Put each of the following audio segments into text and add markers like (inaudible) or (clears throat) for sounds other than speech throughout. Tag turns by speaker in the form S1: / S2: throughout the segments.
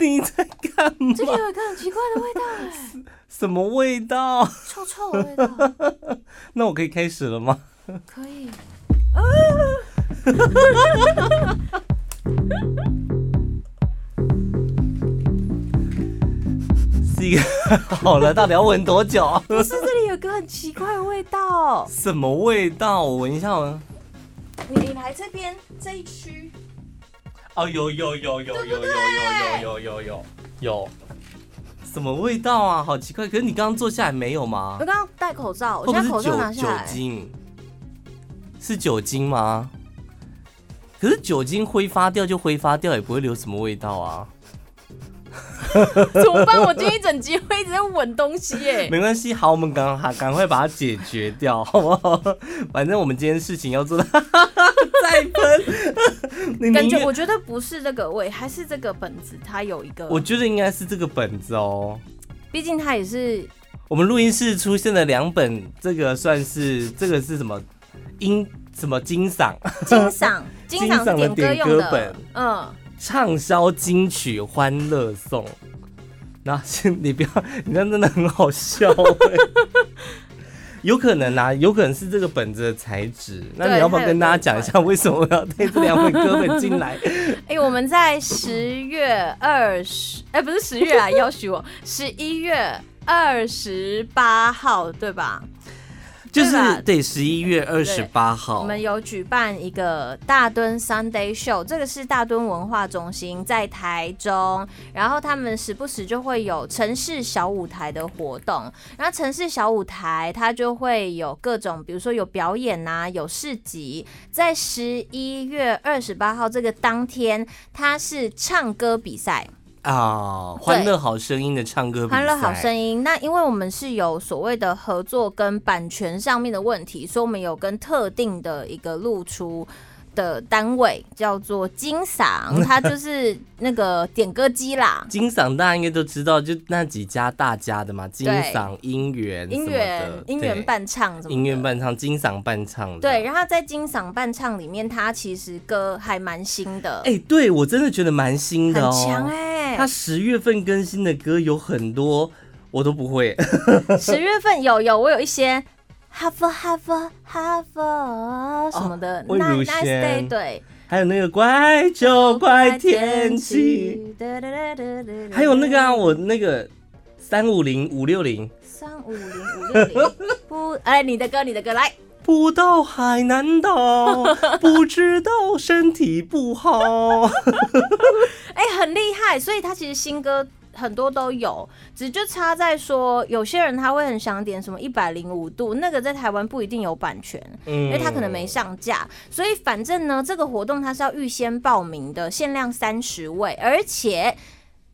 S1: 你在干嘛？
S2: 这里有一个很奇怪的味道哎、
S1: 什么味道？
S2: 臭臭的味道，
S1: 那我可以开始了吗？
S2: 可以。啊
S1: 是一个好了，到底要闻多久？
S2: 不是这里有个很奇怪的味道，
S1: 什么味道？我闻一下吗？
S2: 你你来这边这一区，
S1: 哦，有有有有有有有有有有有有，什么味道啊？好奇怪！可是你刚刚坐下来没有吗
S2: 我？刚刚戴口罩，我
S1: 会不
S2: 现在口
S1: 是
S2: 罩
S1: 酒
S2: 拿
S1: 酒 (laughs)
S2: 下来，
S1: 精？是酒精吗？可是酒精挥发掉就挥发掉，也不会留什么味道啊。
S2: 怎么办？我今天一整集会一直在闻东西耶、
S1: (laughs) 没关系，好，我们赶赶赶快把它解决掉， (laughs) 好不好？反正我们今天事情要做的， (laughs) 再喷。 (laughs) 你
S2: 感
S1: 宁
S2: 觉
S1: 愿
S2: 我觉得不是这个味，还是这个本子它有一个，
S1: 我觉得应该是这个本子哦。
S2: 毕竟它也是
S1: 我们录音室出现了两本，这个算是这个是什么音什么金嗓 (laughs)
S2: 金赏，
S1: 金
S2: 金赏是
S1: 赏的
S2: 点歌
S1: 点
S2: 用
S1: 歌本
S2: 的，嗯，
S1: 畅销金曲《欢乐颂》。然后是你不要， (laughs) 你这样真的很好笑、
S2: (laughs)
S1: 欸。有可能啊，有可能是这个本子的材质。那你
S2: 对
S1: 要不要
S2: 它有
S1: 跟大家
S2: 这一
S1: 讲一
S2: 块
S1: 下，为什么我要带这两本歌本进
S2: (laughs)
S1: 来？
S2: 哎、我们在十月二十，哎，不是十月啊，要许我十一月二十八号，对吧？
S1: 就是
S2: 吧
S1: 对，十一月二十八
S2: 我
S1: 号，
S2: 们有举办一个大墩 Sunday Show，这个是大墩文化中心在台中，然后他们时不时就会有城市小舞台的活动。那城市小舞台它就会有各种，比如说有表演呐、有市集。在十一月二十八号这个当天，它是唱歌比赛。
S1: 啊，《欢乐好声音》的唱歌比赛，。
S2: 欢乐好声音，那因为我们是有所谓的合作跟版权上面的问题，所以我们有跟特定的一个露出的单位叫做金嗓，它就是那个点歌机啦
S1: (laughs) 金嗓大家应该都知道，就那几家大家的嘛，金嗓、音源、
S2: 音源音源、伴唱什么的
S1: 音源伴唱、金嗓伴唱的。
S2: 对，，然后在金嗓伴唱里面，它其实歌还蛮新的，
S1: 哎、对我真的觉得蛮新的
S2: 很
S1: 哦，
S2: 强哎、
S1: 他十月份更新的歌有很多我都不会，
S2: (laughs)
S1: (laughs)
S2: 十月份有有，我有一些哈佛哈佛哈佛什么的、
S1: 哦魏
S2: n i
S1: 如
S2: c e Nice
S1: 萱
S2: Day 对。
S1: 还有那个怪就怪天气，，还有那个啊，我那个三五零五六零。
S2: 三五零五六零不，哎，你的歌，你的歌来，
S1: 不到海南岛， (laughs) 不知道身体不好。
S2: 哎，很厉害，所以他其实新歌。很多都有，只就差在说，有些人他会很想点什么一百零五度，那个在台湾不一定有版权，
S1: 嗯
S2: 因为他可能没上架，所以反正呢，这个活动它是要预先报名的，限量三十位，而且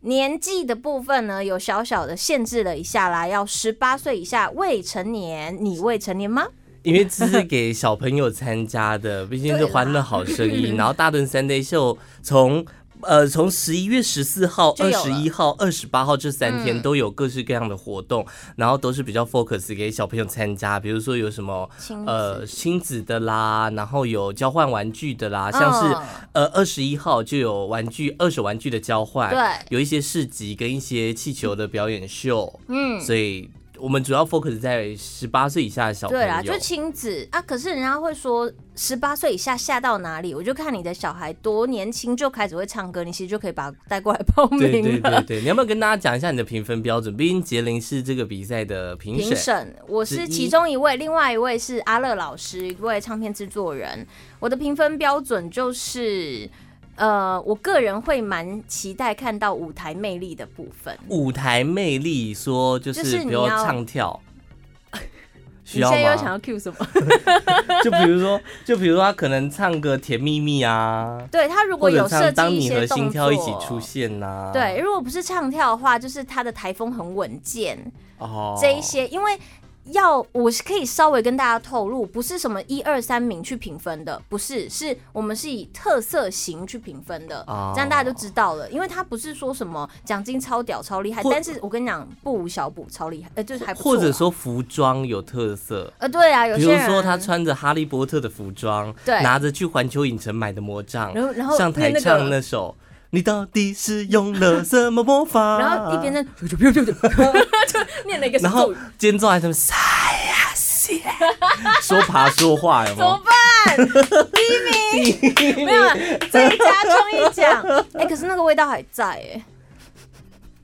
S2: 年纪的部分呢有小小的限制了一下啦，要十八岁以下未成年，你未成年吗？
S1: 因为这是给小朋友参加的，毕竟是欢乐好声
S2: (laughs)
S1: 音。然后大屯三 day 秀从呃从十一月十四号、
S2: 就
S1: 二
S2: 有
S1: 十一号、二十八号这三天
S2: 嗯
S1: 都有各式各样的活动，然后都是比较 focus 给小朋友参加，比如说有什么
S2: 亲
S1: 呃亲子的啦，然后有交换玩具的啦，像是、
S2: 嗯
S1: 呃二十一号就有玩具二手玩具的交换，
S2: 对，
S1: 有一些市集跟一些气球的表演秀，
S2: 嗯，
S1: 所以。我们主要 focus 在十八岁以下的小朋友，
S2: 对啦，就亲子啊。可是人家会说，十八岁以下下到哪里？我就看你的小孩多年轻就开始会唱歌，你其实就可以把他带过来报名了。
S1: 对对对对，你要不要跟大家讲一下你的评分标准？毕竟杰林是这个比赛的评
S2: 评
S1: 审。
S2: 审，我
S1: 之
S2: 是
S1: 一
S2: 其中一位，另外一位是阿乐老师，一位唱片制作人。我的评分标准就是，呃，我个人会蛮期待看到舞台魅力的部分。
S1: 舞台魅力说就
S2: 就是是
S1: 不
S2: 你
S1: 要
S2: 要
S1: 唱
S2: (laughs)
S1: 跳，需
S2: 你现在又
S1: 要
S2: 想
S1: 吗？
S2: 要 cue 什么？
S1: 就比如说， (laughs) 就比如说他可能唱个《甜蜜蜜》啊，
S2: (laughs) 对他如
S1: 或
S2: 果
S1: 者
S2: 有设
S1: 唱《
S2: 计
S1: 当
S2: 一
S1: 你和
S2: 些动
S1: 心跳一起出
S2: 作。
S1: 现》啊呐。
S2: 对，如果不是唱跳的话，就是他的台风很稳健，
S1: 哦，
S2: 这一些，因为要我是可以稍微跟大家透露，不是什么一二三名去评分的，不是，是我们是以特色型去评分的，
S1: 哦
S2: 这样大家就知道了。因为他不是说什么奖金超屌超厉害，
S1: 或
S2: 但是我跟你讲，不无小补，超厉害，呃，就是还不错啊。
S1: 或者说服装有特色。
S2: 呃，对啊，有
S1: 比
S2: 些
S1: 如
S2: 人
S1: 说，他，穿着哈利波特的服装，
S2: 对
S1: 拿着去环球影城买的魔杖，
S2: 然后然后
S1: 上台
S2: 那个
S1: 唱那首《你到底是用了什么魔法？
S2: (laughs) 然后一边在就念了一个
S1: 然后
S2: 咒语
S1: 尖叫还什么塞呀塞，说爬说话有没
S2: 怎么
S1: 有？
S2: 办？第一名没有啊，最佳创意奖。哎、可是那个味道还在哎、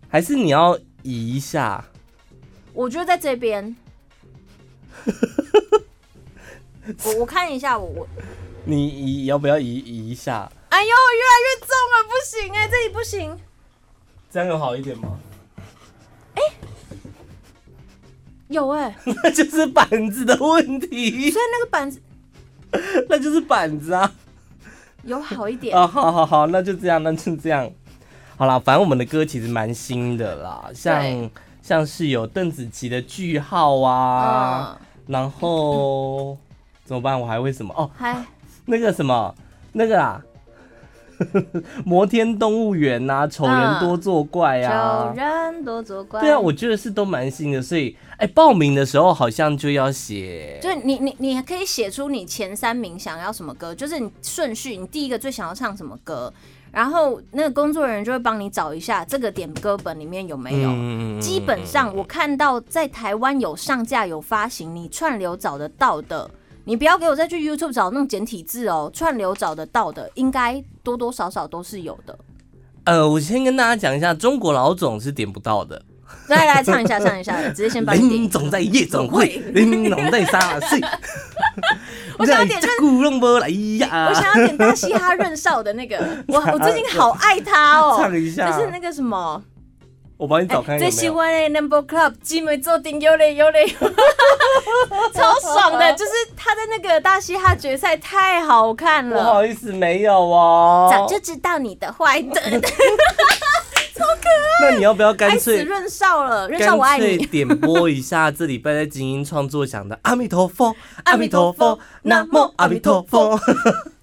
S1: 还是你要移一下？
S2: 我觉得在
S1: (laughs)
S2: 这边。我我看一下，我我
S1: 你移要不要移移一下？
S2: 哎呦，越来越重了，不行哎、这里不行。
S1: 这样有好一点吗？ (laughs)
S2: 有哎、
S1: 那就是板子的问题， (laughs)
S2: 所以那个板子
S1: 那就是板子啊。
S2: 有好
S1: (laughs)
S2: 一点。
S1: 啊，好好好，那就这样，那就这样。好啦，反正我们的歌其实蛮新的啦，像
S2: 对
S1: 像是有邓紫棋的《句号》啊，
S2: 嗯，
S1: 然后怎么办？我还会什么？哦，
S2: 嗨，
S1: 那个什么，那个啦， (laughs) 摩天动物园呐、啊，丑人多作怪
S2: 有
S1: 啊。
S2: 嗯人多作怪。
S1: 对啊，我觉得是都蛮新的，所以哎、报名的时候好像就要写
S2: 就是你你你可以写出你前三名想要什么歌，就是你顺序，你第一个最想要唱什么歌，然后那个工作人员就会帮你找一下这个点歌本里面有没有。
S1: 嗯
S2: 基本上我看到在台湾有上架有发行，你串流找得到的，你不要给我再去 YouTube 找那种简体字哦，串流找得到的应该多多少少都是有的。
S1: 呃，我先跟大家讲一下，中国老总是点不到的。
S2: 来来唱一下，唱一下，直接先帮你
S1: 林
S2: 点。
S1: 总在夜总会，林总在沙拉睡。
S2: (laughs) 我想要点
S1: 这鼓弄不来
S2: 我
S1: 呀，
S2: 想要点大嘻哈任少的那个，我
S1: (laughs)
S2: 我最近好爱他哦，
S1: 唱一下
S2: 就是那个什么，
S1: 我帮你找看
S2: 哎
S1: 有
S2: 这
S1: 没
S2: 是
S1: 有。
S2: 我的 Number Club，姊妹做顶有嘞有嘞，
S1: (laughs)
S2: 超爽的，就是他在那个大嘻哈决赛太好看
S1: 不
S2: 了，
S1: 好意思，没有哦。
S2: 早就知道你的坏
S1: (laughs)
S2: 的，
S1: 那你要不要干
S2: 爱死
S1: 脆
S2: 任少了，任少
S1: 干
S2: 我爱
S1: 脆
S2: 你，
S1: 点播一下这礼拜在精英创作奖的《阿弥陀佛》，阿
S2: (laughs) 阿
S1: 弥
S2: 弥
S1: 陀
S2: 陀
S1: 佛
S2: 佛，
S1: 南无阿弥陀佛。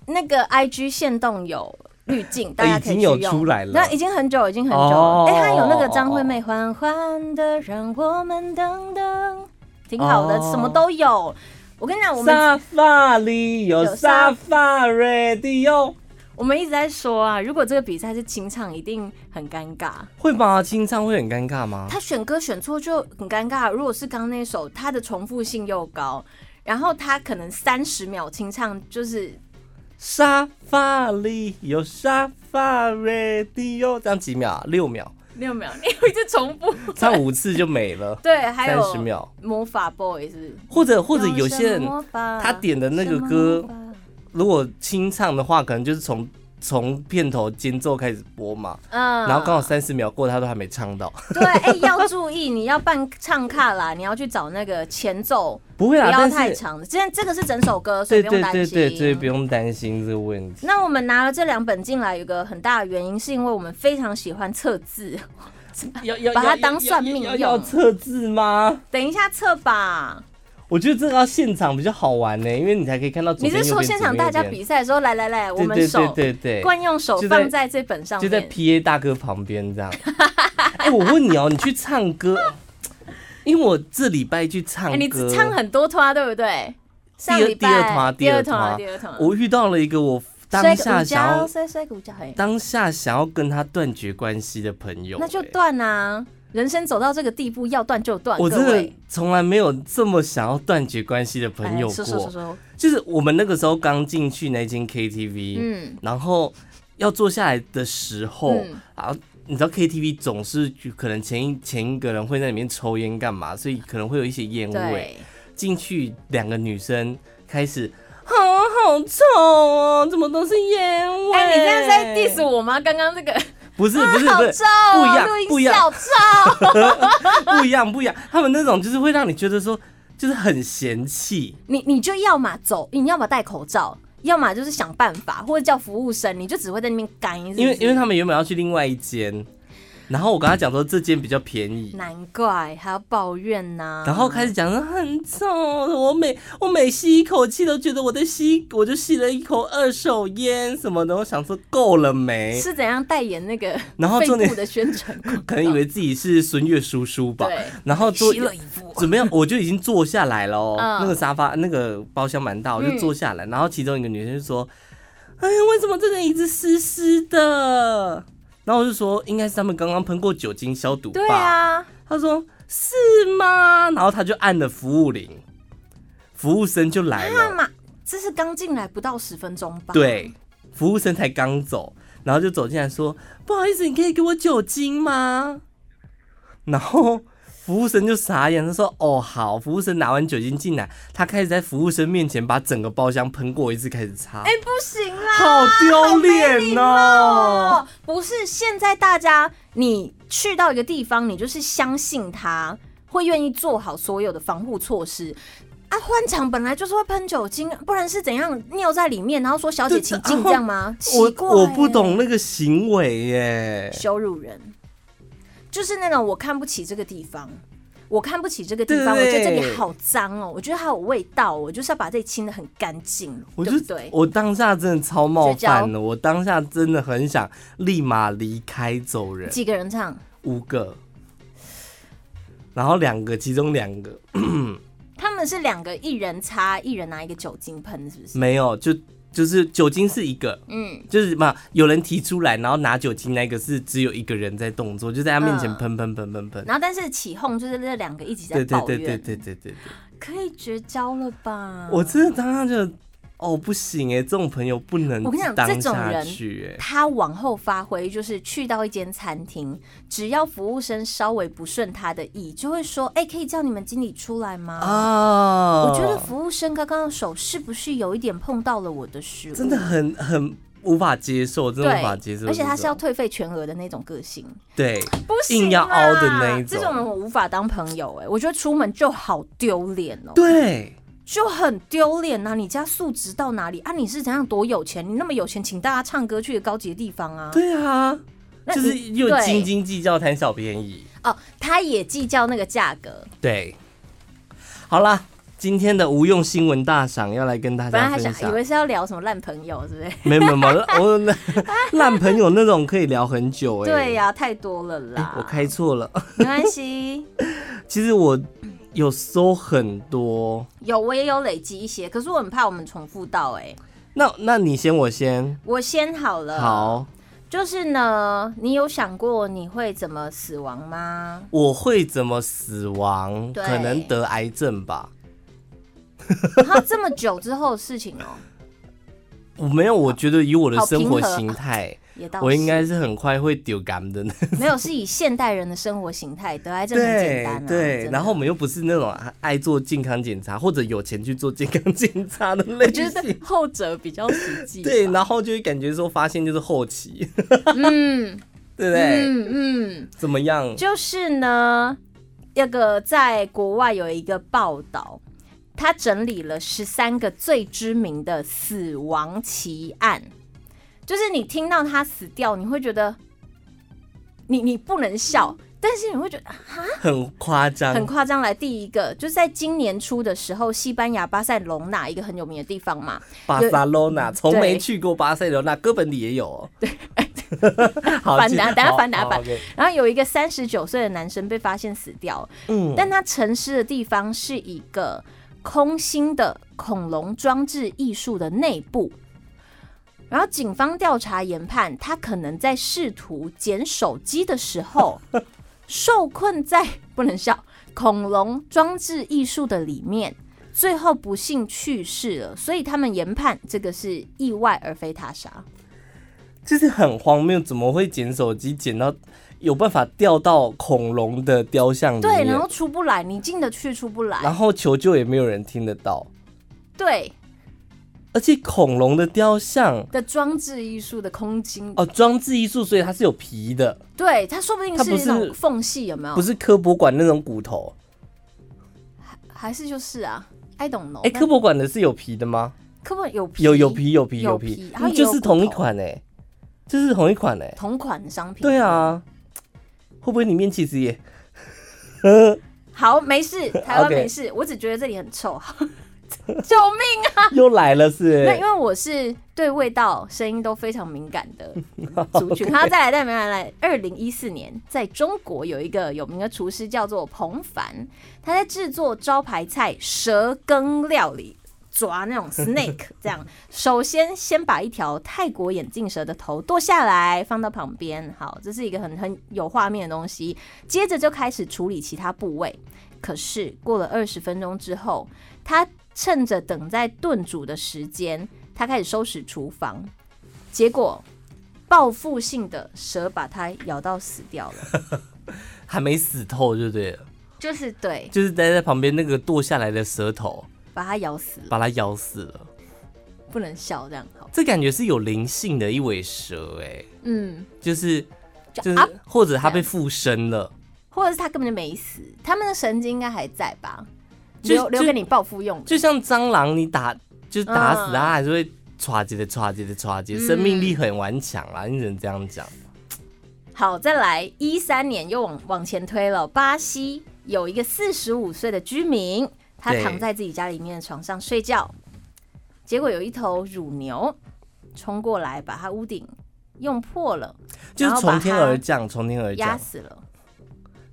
S2: 那个 IG 线动有。滤镜，大家可以
S1: 哎已经
S2: 去
S1: 有
S2: 用。
S1: 出来了
S2: 那已经很久，已经很久
S1: 哦
S2: 了。哎、他有那个张惠妹，缓缓的让我们等等，挺好的，
S1: 哦啊
S2: 什么都有。我跟你讲，我们
S1: 沙发里有
S2: 有
S1: 沙
S2: 沙
S1: 发 radio，
S2: 我们一直在说啊，如果这个比赛是清唱，一定很尴尬。
S1: 会吗？清唱会很尴尬吗？
S2: 他选歌选错就很尴尬。如果是刚那首，他的重复性又高，然后他可能三十秒清唱就是
S1: 沙发里有沙发 radio，这样几秒、啊？六秒，
S2: 六秒，你会一直重复。。
S1: 唱五次就没了
S2: 对，还有
S1: 30秒
S2: 魔法 boy 是不是
S1: (laughs) 或者或者有些人他
S2: 他
S1: 点的那个歌，如果清唱的话，可能就是从从片头间奏开始播嘛，
S2: 嗯，
S1: 然后刚好三十秒过，他都还没唱到。
S2: 对，哎、要注意，你要办唱卡啦，你要去找那个前奏，
S1: 不会
S2: 不
S1: 啦，
S2: 要太
S1: 啊但是
S2: 长的。这这个是整首歌，所
S1: 对
S2: 以不
S1: 对
S2: 用担
S1: 对
S2: 心。
S1: 对，所以不用担心这个问题。
S2: 那我们拿了这两本进来，有一个很大的原因，是因为我们非常喜欢测字。
S1: (laughs) 要要
S2: 把它当算命
S1: 要
S2: 用
S1: 要测字吗？
S2: 等一下测吧，
S1: 我觉得这个要现场比较好玩呢，因为你才可以看到左
S2: 你
S1: 边。
S2: 是
S1: 右
S2: 说
S1: 边
S2: 现场大家？比赛的时候，来来来，我
S1: 左边右
S2: 们
S1: 边
S2: 手
S1: 对对对对对，
S2: 惯用手
S1: 就在
S2: 放在这本上
S1: 就在
S2: 面，
S1: P A 大哥旁边这样。 (laughs) 哎、我问你哦，你去唱歌，因为我这礼拜去唱歌，
S2: 哎、你唱很多团对不对？
S1: 第
S2: 上
S1: 二
S2: 礼
S1: 第二
S2: 拜
S1: 团第二
S2: 团
S1: 团
S2: 第二团，
S1: 我遇到了一个我当
S2: 摔
S1: 下
S2: 骨
S1: 想要
S2: 跤，摔摔骨跤，嘿。
S1: 当下想要跟他断绝关系的朋友、
S2: 那就
S1: 哎
S2: 断啊！人生走到这个地步，要断就断。
S1: 我
S2: 各
S1: 真的
S2: 位
S1: 从来没有这么想要断绝关系的朋友过，
S2: 哎说说说说，
S1: 就是我们那个时候刚进去那间 KTV，、
S2: 嗯，
S1: 然后要坐下来的时候，
S2: 嗯
S1: 啊，你知道 KTV 总是就可能前一前一个人会在里面抽烟干嘛，所以可能会有一些烟味。
S2: 嗯对，
S1: 进去两个女生开始，好啊好臭哦，怎么都是烟味？
S2: 哎，你这样是在 diss 我吗？刚刚这个
S1: 不是 (laughs) 不是
S2: 好
S1: 不是
S2: 臭哦，
S1: 不一样
S2: 录音
S1: 不一样
S2: 小哦臭。
S1: 不一样不一样，他们那种就是会让你觉得说就是很嫌弃。
S2: (laughs) 你你就要嘛走，你要么戴口罩，要么就是想办法，或者叫服务生，你就只会在那边干。是不是
S1: 因为因为他们原本要去另外一间，然后我跟他讲说这间比较便宜，
S2: 难怪还要抱怨呐。
S1: 然后开始讲说很臭，我每我每吸一口气都觉得我在吸，我就吸了一口二手烟什么的，我想说够了没？
S2: 是怎样代言那个
S1: 哎然后
S2: 肺
S1: 重点
S2: 部的宣传
S1: (laughs)
S2: 广告？
S1: 可能以为自己是孙悦叔叔吧
S2: 对，
S1: 然后坐
S2: 吸了一副。
S1: 怎么样？我就已经坐下来了哦，
S2: 嗯
S1: 那个沙发那个包厢蛮大，我就坐下来。然后其中一个女生就说：“哎呀，为什么这个椅子湿湿的？”然后我就说应该是他们刚刚喷过酒精消毒吧。
S2: 对啊，
S1: 他说是吗？然后他就按了服务铃，服务生就来
S2: 那
S1: 了。
S2: 嘛，这是刚进来不到十分钟吧？，
S1: 对，服务生才刚走，然后就走进来说：“不好意思，你可以给我酒精吗？”然后服务生就傻眼，他说：“哦，好。”服务生拿完酒精进来，他开始在服务生面前把整个包厢喷过一次，开始擦。
S2: 哎、不行啦，
S1: 好丢脸哦！
S2: 哦，不是，现在大家你去到一个地方，你就是相信他会愿意做好所有的防护措施。啊，欢场本来就是会喷酒精，不然是怎样尿在里面，然后说小姐
S1: 对
S2: 请
S1: 这
S2: 进这样吗？奇
S1: 我
S2: 怪、欸
S1: 我不，懂那个行为耶，
S2: 羞辱人，就是那种我看不起这个地方。我看不起这个地方，
S1: 对
S2: 我觉得这里好脏哦，我觉得它有味道，哦我就是要把这里清的很干净，
S1: 我就
S2: 对不对？
S1: 我当下真的超冒
S2: 绝
S1: 犯了，我当下真的很想立马离开走人，
S2: 几个人唱，
S1: 五个，然后两个，其中两个
S2: 他们是两个，一人擦，一人拿一个酒精喷，是不是？
S1: 没有，就就是酒精是一个，
S2: 嗯，
S1: 就是嘛，有人提出来，然后拿酒精那个是只有一个人在动作，就在他面前
S2: 嗯
S1: 喷喷喷喷喷，
S2: 然后但是起哄就是那两个一起在
S1: 对对
S2: 抱
S1: 对
S2: 怨，
S1: 对对对对对，
S2: 可以绝交了吧？
S1: 我真的当下就。哦，不行哎、这种朋友不能
S2: 我跟你讲
S1: 当
S2: 这种
S1: 下
S2: 人
S1: 去哎、
S2: 他往后发挥就是去到一间餐厅，只要服务生稍微不顺他的意，就会说：“哎、可以叫你们经理出来吗？”
S1: 啊！
S2: 我觉得服务生刚刚的手是不是有一点碰到了我的食物？
S1: 真的很很无法接受，真的无
S2: 对
S1: 法接受这，种。
S2: 而且他是要退费全额的那种个性。
S1: 对
S2: 不
S1: 硬
S2: 行啦啊
S1: 要凹的那一种
S2: 这种人我无法当朋友哎、我觉得出门就好丢脸哦，
S1: 对
S2: 就很丢脸呐！你家素质到哪里啊？你是怎样多有钱？你那么有钱，请大家唱歌去的高级的地方啊？
S1: 对啊，
S2: 那
S1: 就
S2: 你
S1: 是又
S2: 对
S1: 斤斤计较贪小便宜。
S2: 哦，他也计较那个价格，
S1: 对，好啦，今天的无用新闻大赏要来跟大
S2: 本来
S1: 家
S2: 还
S1: 分
S2: 想以
S1: 享，
S2: 为是要聊什么烂朋友，是不是？
S1: 没有没有没有，我
S2: (laughs)
S1: 那烂朋友那种可以聊很久哎、
S2: 对、呀、太多了啦，
S1: (laughs) 我开错了，
S2: 没关系，
S1: 其实我有搜很多。
S2: 有我也有累积一些，可是我很怕我们重复到哎、
S1: 那那你先，我先。
S2: 我先好了，，
S1: 好，
S2: 就是呢，你有想过你会怎么死亡吗？
S1: (laughs) 我会怎么死亡？
S2: 对
S1: 可能得癌症吧。
S2: 他这么久之后的事情哦，
S1: 我没有，我觉得以我的
S2: 好
S1: 生活
S2: 平和
S1: 形态，
S2: 也到
S1: 我应该是很快会丢感的。
S2: (laughs) 没有是以现代人的生活形态得癌症很简单啊，
S1: (laughs)
S2: 真
S1: 对，
S2: 的
S1: 然后我们又不是那种爱做健康检查或者有钱去做健康检查的类
S2: 我觉得
S1: 型。
S2: 后者比较实际
S1: (laughs)
S2: 吧，
S1: 对，然后就会感觉说发现就是后期， (laughs)
S2: 嗯
S1: 对不对？
S2: 嗯嗯，
S1: 怎么样？
S2: 就是呢，那个在国外有一个报道。他整理了十三个最知名的死亡奇案，就是你听到他死掉，你会觉得你你不能笑，但是你会觉得
S1: 很夸
S2: 很
S1: 张，
S2: 夸张。来，第一个就是在今年初的时候，西班牙巴塞隆纳一个很有名的地方嘛，
S1: 巴塞罗那从没去过巴塞罗那，哥本里也有哦。
S2: (laughs)
S1: 对， (laughs) 好，
S2: 反
S1: 继续
S2: 打等下
S1: 好
S2: 反打
S1: 好
S2: 反
S1: OK
S2: 然后有一个三十九岁的男生被发现死掉，
S1: 嗯，
S2: 但他沉尸的地方是一个空心的恐龙装置艺术的内部。然后警方调查研判，他可能在试图捡手机的
S1: (laughs)
S2: 时候受困在不能笑恐龙装置艺术的里面，最后不幸去世了。所以他们研判这个是意外而非他杀。
S1: 就是很荒谬，怎么会捡手机捡到有办法掉到恐龙的雕像里
S2: 对，
S1: 面？
S2: 然后出不来，你进得去出不来
S1: 然。后求救也没有人听得到，
S2: 对
S1: 而且恐龙的雕像
S2: 的装置艺术的空间，
S1: 哦，装置艺术，所以它是有皮的，
S2: 对，它说不定
S1: 它
S2: 是
S1: 不
S2: 那种
S1: 是
S2: 缝隙，有没有？
S1: 不是科博馆那种骨头。
S2: 还是就是啊，I don't know
S1: 哎、
S2: 但。
S1: 科博馆的是有皮的吗？
S2: 科博有皮
S1: 有有皮有皮
S2: 有皮
S1: 皮，
S2: 然后
S1: 嗯
S2: 也有
S1: 就是同一
S2: 骨头
S1: 款哎、就是同一款哎、
S2: 同款的商品。
S1: 对，啊，会不会里面其实
S2: (laughs)
S1: 也
S2: 好，没事，台
S1: (laughs)
S2: 湾
S1: OK
S2: 没事，我只觉得这里很臭， (laughs) 救命！
S1: 又来了是不
S2: 那因
S1: 是？
S2: 为我是对味道、声音都非常敏感的族群。然后再来，再来，来，二零一四年，在中国有一个有名的厨师叫做彭凡，他在制作招牌菜蛇羹料理。抓那种 snake 这样。首先，先把一条泰国眼镜蛇的头剁下来，放到旁边。好，这是一个很很有画面的东西。接着就开始处理其他部位。可是过了二十分钟之后，他趁着等在炖煮的时间，他开始收拾厨房，结果报复性的蛇把他咬到死掉了，
S1: 还没死透就对了，
S2: 就是对，
S1: 就是待在旁边那个剁下来的舌头
S2: 把他咬死了，
S1: 把它咬死了。
S2: 不能笑这样好。
S1: 这感觉是有灵性的一尾蛇哎、
S2: 嗯，
S1: 就是
S2: 就
S1: 就是
S2: 啊，
S1: 或者它被
S2: 这样
S1: 附身了，
S2: 或者是他根本就没死，他们的神经应该还在吧，
S1: 就
S2: 留留
S1: 就
S2: 给你报复用的。
S1: 就像蟑螂你打就是打死它
S2: 嗯
S1: 还是会歘叽的歘叽的歘叽，
S2: 嗯
S1: 生命力很顽强啦，你只能这样讲。
S2: 好，再来一三年又往往前推了，巴西有一个四十五岁的居民，他
S1: 对
S2: 躺在自己家里面的床上睡觉，结果有一头乳牛冲过来把他屋顶用破了，
S1: 就
S2: 然
S1: 是
S2: 后
S1: 从
S2: 把
S1: 天
S2: 它
S1: 而降，从天而
S2: 压
S1: 降，
S2: 死了。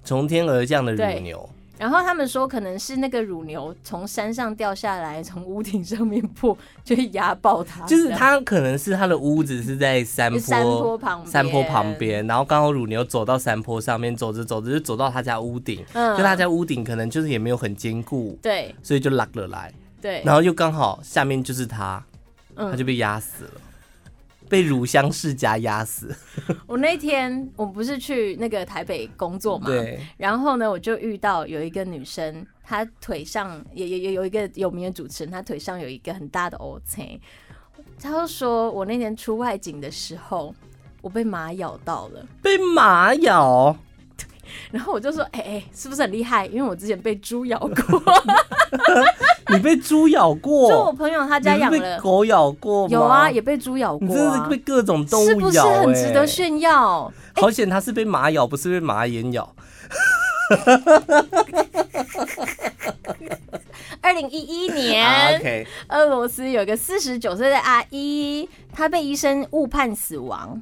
S1: 从天而降的乳
S2: 对
S1: 牛，
S2: 然后他们说，可能是那个乳牛从山上掉下来，从屋顶上面破，就压爆它。
S1: 就是
S2: 这样
S1: 它可能是它的屋子是在山
S2: 就
S1: 坡
S2: 山坡旁边，
S1: 山坡旁，边，然后刚好乳牛走到山坡上面，走着走着就走到他家屋顶，
S2: 嗯
S1: 就他家屋顶可能就是也没有很坚固，
S2: 对
S1: 所以就拉了来，
S2: 对，
S1: 然后又刚好下面就是他，
S2: 嗯
S1: 他就被压死了，被乳香世家压死。
S2: 我那天我不是去那个台北工作嘛，
S1: 对，
S2: 然后呢，我就遇到有一个女生，她腿上也也也有一个有名的主持人，她腿上有一个很大的 O C，她就说我那天出外景的时候，我被马咬到了， (laughs)
S1: 被马咬，
S2: 然后我就说，哎、哎、是不是很厉害？因为我之前被猪咬
S1: (laughs)
S2: 过， (laughs)
S1: 你被猪咬
S2: 就我
S1: 过，
S2: 朋友他
S1: 你
S2: 家
S1: 不是
S2: 养
S1: 被
S2: 了，
S1: 狗咬过吗？
S2: 有啊，也被猪咬
S1: 你
S2: 过
S1: 真的
S2: 啊
S1: 是被。各种动
S2: 是
S1: 物
S2: 不是
S1: 咬、欸，
S2: 很值得哎炫耀？
S1: 好险，他是被马咬，不是被马眼咬。
S2: 二零一一年，
S1: 啊 OK，
S2: 俄罗斯有个四十九岁的阿姨，她被医生误判死亡，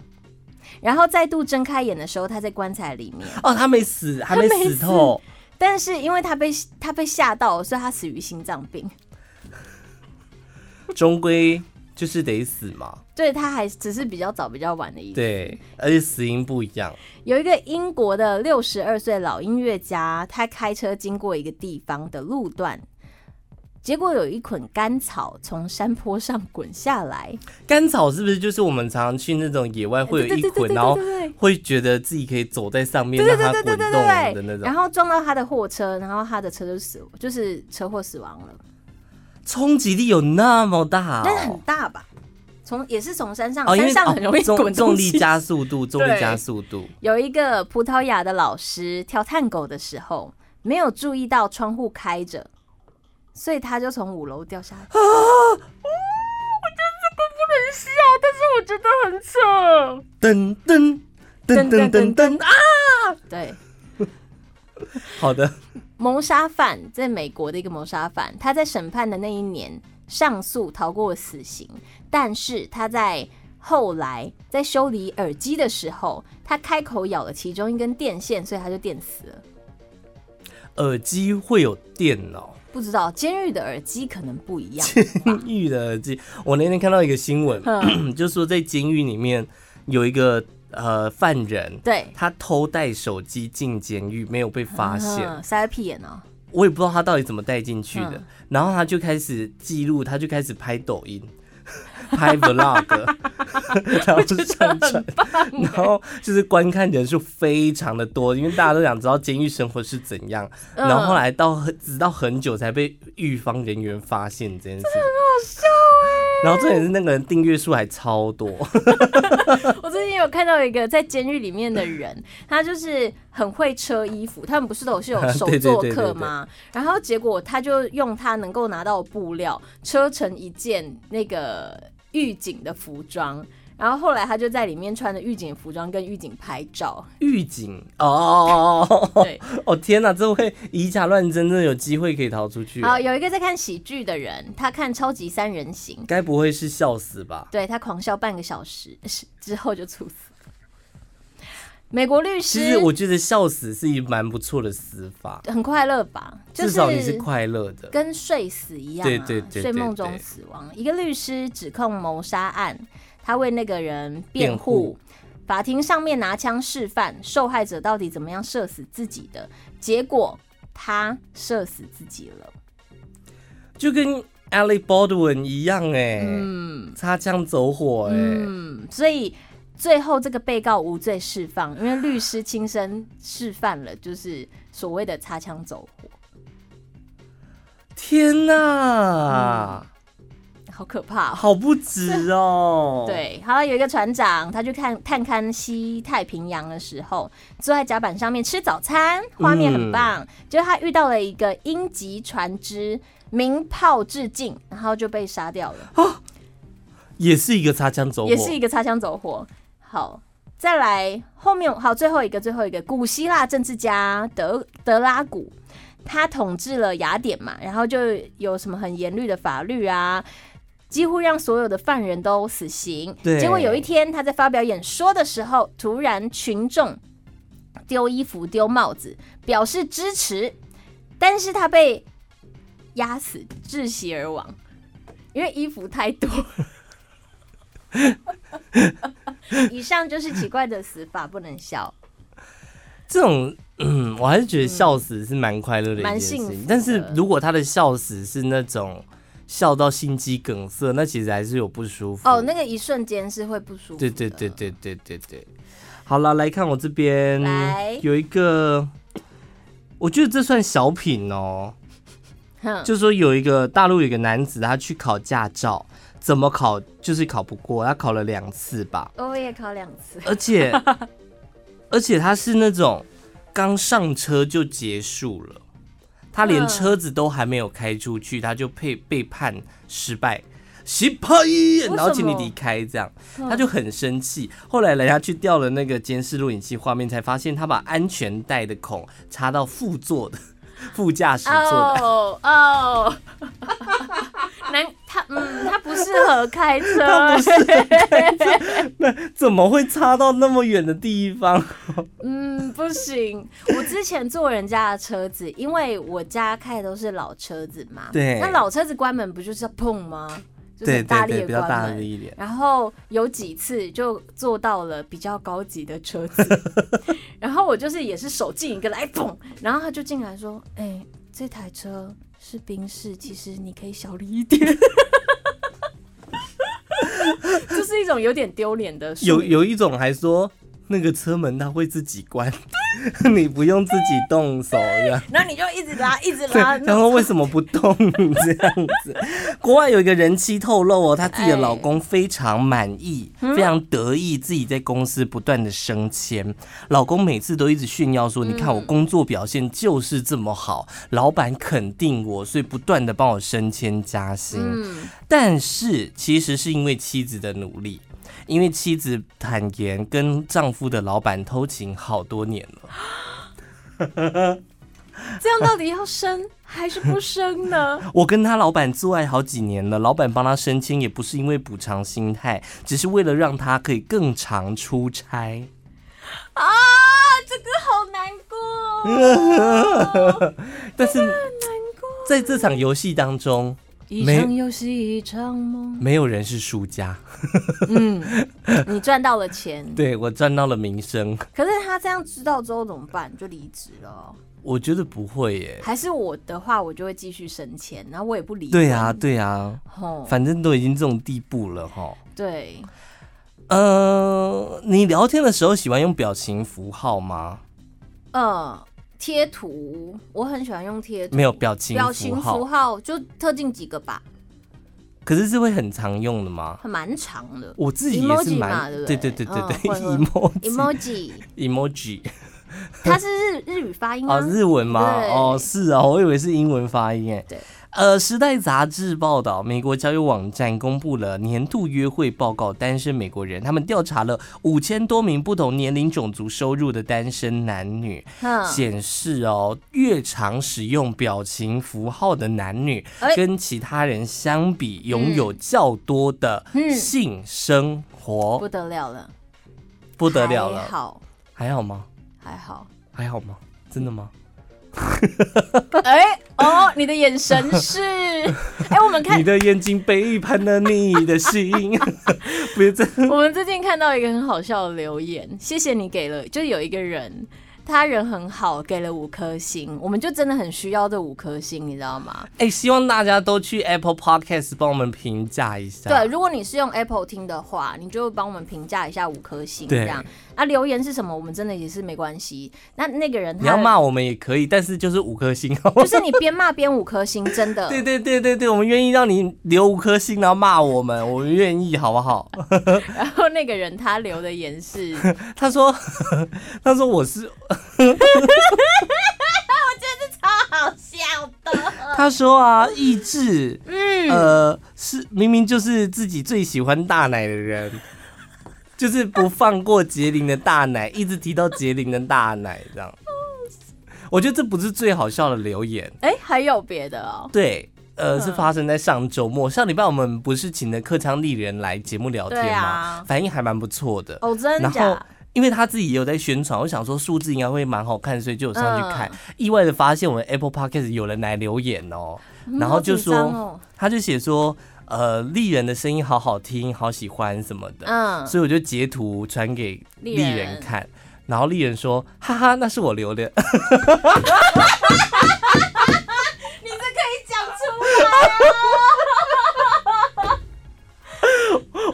S2: 然后再度睁开眼的时候，她在棺材里面，
S1: 哦，他没死，还没
S2: 没
S1: 死
S2: 死
S1: 透。
S2: 但是因为她被她被吓到了，所以她死于心脏病。 (laughs)
S1: 终归就是得死嘛。
S2: 对，她还只是比较早比较晚的意思。
S1: 对，而且死因不一样。
S2: 有一个英国的六十二岁老音乐家，他开车经过一个地方的路段，结果有一捆干草从山坡上滚
S1: (laughs)
S2: 下来，
S1: 甘草是不是就是我们常常去那种野外会有一
S2: 对对
S1: 捆，
S2: 对对对
S1: 然后
S2: 对对对
S1: 会觉得自己可以走在上面
S2: 对
S1: 让
S2: 对
S1: 它
S2: 对对
S1: 滚
S2: 对
S1: 动
S2: 对
S1: 的那种
S2: 然，后撞到他的货车，然后他的车就死，就是车祸死亡了。
S1: 冲击力有那么大
S2: 但是很
S1: 哦？
S2: 大吧？从也是从山上，
S1: 哦，因
S2: 山
S1: 为
S2: 上很容易
S1: 哦重
S2: 滚
S1: 重
S2: 东
S1: 力
S2: 西。
S1: 加速度，重力
S2: 对
S1: 加速度，
S2: 有一个葡萄牙的老师跳探狗的时候，没有注意到窗户开着，所以他就从五楼掉下来。啊！我觉得这个不能笑，但是我觉得
S1: 噔
S2: 很
S1: 噔噔噔
S2: 噔
S1: 噔
S2: 噔
S1: 噔啊！
S2: 扯。对，
S1: 好的，
S2: 谋杀犯在美国的一个谋杀犯，他在审判的那一年上诉逃过死刑，但是他在后来在修理耳机的时候，他开口咬了其中一根电线，所以他就电死了。
S1: 耳机会有电哦。
S2: (laughs) 不知道监狱的耳机可能不一样，
S1: 监狱的耳机，我那天看到一个新闻，
S2: 嗯
S1: (clears throat) 就说在监狱里面有一个呃犯人， (laughs)
S2: 对，
S1: 他偷带手机进监狱，没有被发现，
S2: 嗯塞了屁眼哦，
S1: 我也不知道他到底怎么带进去的。
S2: 嗯
S1: 然后他就开始记录，他就开始拍抖音， (laughs) 拍
S2: (laughs)
S1: vlog，然后上传，
S2: 欸
S1: 然后就是观看人数非常的多，因为大家都想知道监狱生活是怎样。
S2: 嗯
S1: 然后后来到很直到很久才被狱方人员发现这件事，
S2: 欸
S1: 很好笑哎、然后重点是那个人订阅数还超多，
S2: (laughs) 我最近有看到一个在监狱里面的人，他就是很会车衣服，他们不是都是有
S1: (laughs)
S2: 手
S1: 对对
S2: 作
S1: 对对
S2: 课
S1: 对
S2: 吗？然后结果他就用他能够拿到的布料车成一件那个狱警的服装。然后后来他就在里面穿着狱警服装跟狱警拍照，
S1: 狱警哦哦哦哦
S2: 对，
S1: 哦哦天哪，这会以假乱真，真的有机会可以逃出去。啊
S2: 好有一个在看喜剧的人，他看《超级三人行》，
S1: 该不会是笑死吧？
S2: 对他狂笑半个小时是之后就猝死。美国律
S1: 其实
S2: 师
S1: 我觉得笑死是一蛮不错的死法，
S2: 很快乐吧？就
S1: 至少你是快乐的。
S2: 跟睡死一样、啊，
S1: 对对对对
S2: 睡梦中死亡。一个律师指控谋杀案，他为那个人辩
S1: 辩
S2: 护
S1: 护，
S2: 法庭上面拿枪示范受害者到底怎么样射死自己的，结果他射死自己了。
S1: 就跟 Ali Baldwin 一样哎、
S2: 嗯
S1: 擦枪走火哎、
S2: 嗯，所以。最后，这个被告无罪释放，因为律师亲身示范了，就是所谓的擦枪走火，
S1: 天
S2: 嗯
S1: 哪，
S2: 好可怕、哦。！，
S1: 好不值哦
S2: (laughs) 对，好了，有一个船长，他去看探勘西太平洋的时候，坐在甲板上面吃早餐，画面很棒。
S1: 嗯
S2: 结果他遇到了一个英籍船只鸣炮致敬，然后就被杀掉了，
S1: 也是一个擦枪走火，
S2: 也是一个擦枪走火。好，再来后面好最后一个最后一个古希腊政治家德德拉古。他统治了雅典嘛，然后就有什么很严厉的法律啊，几乎让所有的犯人都死刑。
S1: 对
S2: 结果有一天他在发表演说的时候，突然群众丢衣服、丢帽子，表示支持，但是他被压死，窒息而亡，因为衣服太
S1: (laughs)
S2: 多。以上就是奇怪的死法，不能笑。
S1: 这种，嗯，我还是觉得笑死是蛮快乐的一
S2: 嗯蛮
S1: 件事
S2: 幸福
S1: 情。
S2: 的
S1: 但是如果他的笑死是那种笑到心肌梗塞，那其实还是有不舒服。
S2: 哦，那个一瞬间是会不舒服的。
S1: 对对对对对对对。好了，来看我这边
S2: 来
S1: 有一个，我觉得这算小品哦。
S2: 哼，
S1: 就说有一个大陆有一个男子，他去考驾照，怎么考就是考不过，他考了两次吧，
S2: 我也考两次。
S1: 而且 (laughs) 而且他是那种刚上车就结束了，他连
S2: 嗯
S1: 车子都还没有开出去，他就被被判失败。失败，
S2: 么嗯
S1: 然后请你离开，这样他就很生气。后来人家去调了那个监视录影器画面，才发现他把安全带的孔插到副座的 (laughs) 副驾驶座的
S2: 哦哦， (laughs) 难他嗯，他不适合开车，
S1: (laughs) 他不是那怎么会差到那么远的地方？
S2: 嗯，不行。我之前坐人家的车子，因为我家开的都是老车子嘛，
S1: 对
S2: 那老车子关门不就是要碰吗？就是
S1: 对
S2: 很
S1: 对
S2: 大力
S1: 对，
S2: 的
S1: 比较
S2: 关
S1: 大
S2: 门
S1: 力一点。
S2: 然后有几次就坐到了比较高级的
S1: (laughs)
S2: 车子，然后我就是也是手进一个来砰，然后他就进来说：“哎、这台车是宾士，其实你可以小
S1: (laughs)
S2: 力一点。”就是一种有点丢脸的说
S1: 有有一种还说那个车门它会自己关， (laughs) 你不用自己动手这样。
S2: 然后你就一直
S1: (laughs)
S2: 拉，一直
S1: 对
S2: 拉，，
S1: 然后为什么不
S2: (laughs)
S1: 动这样子？国外有一个人妻透露哦，她自己的老公非常满意，
S2: 嗯
S1: 非常得意自己在公司不断的升迁，老公每次都一直炫耀
S2: 嗯
S1: 说：“你看我工作表现就是这么好，老板肯定我，所以不断的帮我升迁加薪。
S2: 嗯，
S1: 但是其实是因为妻子的努力，因为妻子坦言跟丈夫的老板偷情好多年了。
S2: 这样到底要生还是不
S1: (laughs)
S2: 生呢？
S1: 我跟他老板做爱好几年了，老板帮他升迁也不是因为补偿心态，只是为了让他可以更常出差。
S2: 啊，这个好难过，哦
S1: 但是
S2: 难过。
S1: 在这场游戏当中，
S2: 一
S1: (laughs) 没
S2: 场游戏一场梦。
S1: 没有人是输
S2: (laughs)
S1: 家。
S2: 嗯，你赚到了钱，
S1: 对我赚到了名声，
S2: 可是他这样知道之后怎么办？就离职了哦。
S1: 我觉得不会耶。
S2: 还是我的话，我就会继续省钱，然后我也不离。
S1: 对啊，，对啊，
S2: 吼，
S1: 反正都已经这种地步了哈。
S2: 对，
S1: 呃，你聊天的时候喜欢用表情符号吗？
S2: 嗯，贴图，我很喜欢用贴图，
S1: 没有表情
S2: 表
S1: 符
S2: 情
S1: 号，
S2: 符号就特定几个吧，
S1: 可是是会很常用的吗？
S2: 蛮长的。
S1: 我自己也是
S2: Emoji 嘛
S1: 蛮对
S2: 对不对
S1: 对对
S2: 嗯
S1: 对
S2: 会会
S1: (laughs) emoji
S2: emoji，
S1: (laughs)
S2: 嗯
S1: emoji
S2: 它是日日语发音
S1: 哦
S2: 啊。
S1: 日文吗？
S2: 对
S1: 哦是啊，我以为是英文发音诶。
S2: 对，
S1: 呃，《时代》杂志报道，美国交友网站公布了年度约会报告，单身美国人，他们调查了五千多名不同年龄、种族、收入的单身男女，
S2: 哼
S1: 显示哦，越常使用表情符号的男女
S2: 哎，
S1: 跟其他人相比，拥有较多的
S2: 嗯
S1: 性生活，
S2: 不得了了，
S1: 哦不得了了
S2: 还。好，
S1: 还好吗？
S2: 还好。
S1: 还好吗？真的吗？
S2: 哎、哦，你的眼神
S1: (laughs)
S2: 是，哎、我们看
S1: 你的眼睛背叛了你的心， (laughs) 不是这
S2: 我们最近看到一个很好笑的留言，谢谢你给了，就有一个人，他人很好，给了五颗星，我们就真的很需要这五颗星，你知道吗？
S1: (laughs) 哎、希望大家都去 Apple Podcast 帮我们评价一下。
S2: 对，如果你是用 Apple 听的话，你就帮我们评价一下五颗星
S1: 对
S2: 这样。啊，留言是什么，我们真的也是没关系。那那个人
S1: 你要
S2: 他
S1: 骂我们也可以，但是就是五颗星 (laughs) 哦。
S2: (laughs) 就是你边骂边五颗星，真的。
S1: 对对对对对，我们愿意让你留五颗星，然后骂我们，我们愿意，好不好？
S2: 然后那个人他留的言是，
S1: 他说， (laughs) 他说我是，
S2: (laughs) 好笑的。
S1: 他说啊，意志，
S2: 嗯，
S1: 呃，是明明就是自己最喜欢大奶的人， (laughs) 就是不放过杰林的大奶，一直提到杰林的大奶这样。我觉得这不是最好笑的留言，
S2: 哎、还有别的哦。
S1: 对，呃，是发生在上周末，上礼拜我们不是请了客舱丽人来节目聊天
S2: 对
S1: 吗？
S2: 啊
S1: 反应还蛮不错的。
S2: 哦，真
S1: 然后
S2: 假？，
S1: 因为他自己也有在宣传，我想说数字应该会蛮好看，所以就有上去看。
S2: 嗯
S1: 意外的发现，我们 Apple Podcast 有人来留言哦，然后就说，
S2: 嗯好紧张哦
S1: 他就写说，呃，丽人的声音好好听，好喜欢什么的，
S2: 嗯，
S1: 所以我就截图传给
S2: 丽
S1: 丽
S2: 人
S1: 人看。然后丽人说：“哈哈，那是我留的。 (laughs)
S2: 你这可以讲出来啊！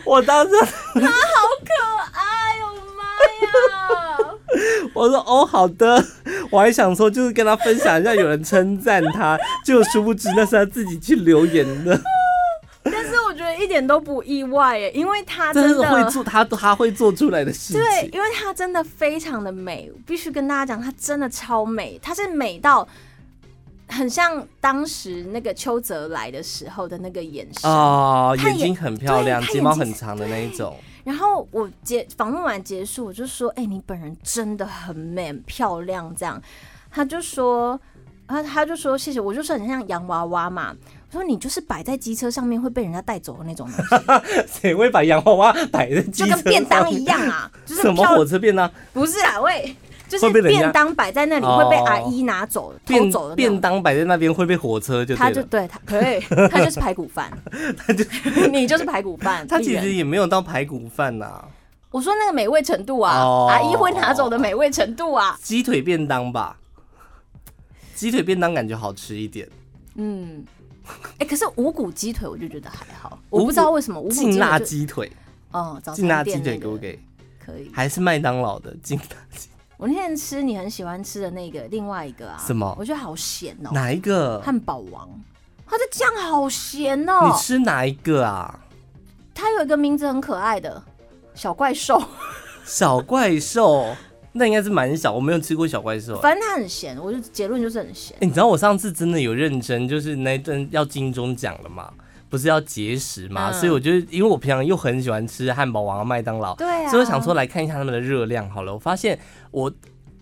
S1: 我当时
S2: 好可爱哦，妈呀！ (laughs)
S1: 我说：“哦，好的。”我还想说，就是跟他分享一下，有人称赞他， (laughs) 结果殊不知那是他自己去留言的。
S2: 但是我觉得一点都不意外耶，因为她
S1: 这
S2: (laughs) 真
S1: 是会
S2: 的。
S1: 做他他会做出来的事
S2: 对，
S1: 情。
S2: 因为她真的非常的美，必须跟大家讲，她真的超美，她是美到很像当时那个邱泽来的时候的那个眼神。
S1: 啊、
S2: 他
S1: 眼睛
S2: 哦眼
S1: 很漂亮，
S2: 对他
S1: 睫毛
S2: 眼睛
S1: 很长的那一种。
S2: 然后我结访问完结束，我就说：“哎、你本人真的很美、很漂亮。”这样，他就说：“他他就说谢谢。”我就说很像洋娃娃嘛。我说你就是摆在机车上面会被人家带走的那种男生，
S1: (laughs) 谁会把洋娃娃摆在机
S2: 就
S1: 车
S2: 跟便当
S1: 上
S2: 一
S1: (laughs)
S2: 样啊，就是
S1: 什么
S2: 漂
S1: 火车便当？
S2: 不是啦，喂，就是
S1: 会被人家哦
S2: 便当摆在那里会被阿姨拿走、偷
S1: 便
S2: 走的那
S1: 便
S2: 种。
S1: 当摆在那边会被火车就
S2: 他
S1: 对
S2: 就
S1: 了。
S2: 对他，对，他就是排骨
S1: (laughs)
S2: 饭，他
S1: 就
S2: (laughs) 你就是排骨饭。
S1: 他
S2: 一
S1: 其
S2: 人
S1: 实也没有到排骨饭呐、
S2: 我说那个美味程度啊，
S1: 哦
S2: 阿姨会拿走的美味程度啊，
S1: 鸡腿便当吧。鸡腿便当感觉好吃一点，
S2: 嗯，哎、可是五谷鸡腿我就觉得还好，
S1: 五谷
S2: 我不知道为什么五谷鸡
S1: 劲辣
S2: 腿就
S1: 鸡腿，
S2: 哦，早餐
S1: 劲辣鸡
S2: 店
S1: 腿
S2: 那
S1: 给不
S2: 个
S1: 给？
S2: 可以。
S1: 还是麦当劳的劲辣鸡？
S2: 我那天吃你很喜欢吃的那个另外一个啊，
S1: 什么
S2: 我觉得好咸哦、
S1: 哪一个？
S2: 汉堡王，它的酱好咸哦、
S1: 你吃哪一个啊？
S2: 它有一个名字很可爱的小怪
S1: (laughs)
S2: 兽，
S1: 小怪兽，那应该是蛮小，我没有吃过小怪兽。啊
S2: 反正它很咸，我就结论就是很咸
S1: 欸。你知道我上次真的有认真，就是那一顿要金钟奖了嘛，不是要节食嘛，
S2: 嗯
S1: 所以我就因为我平常又很喜欢吃汉堡王、麦当劳，
S2: 对啊，
S1: 所以我想说来看一下他们的热量好了。我发现我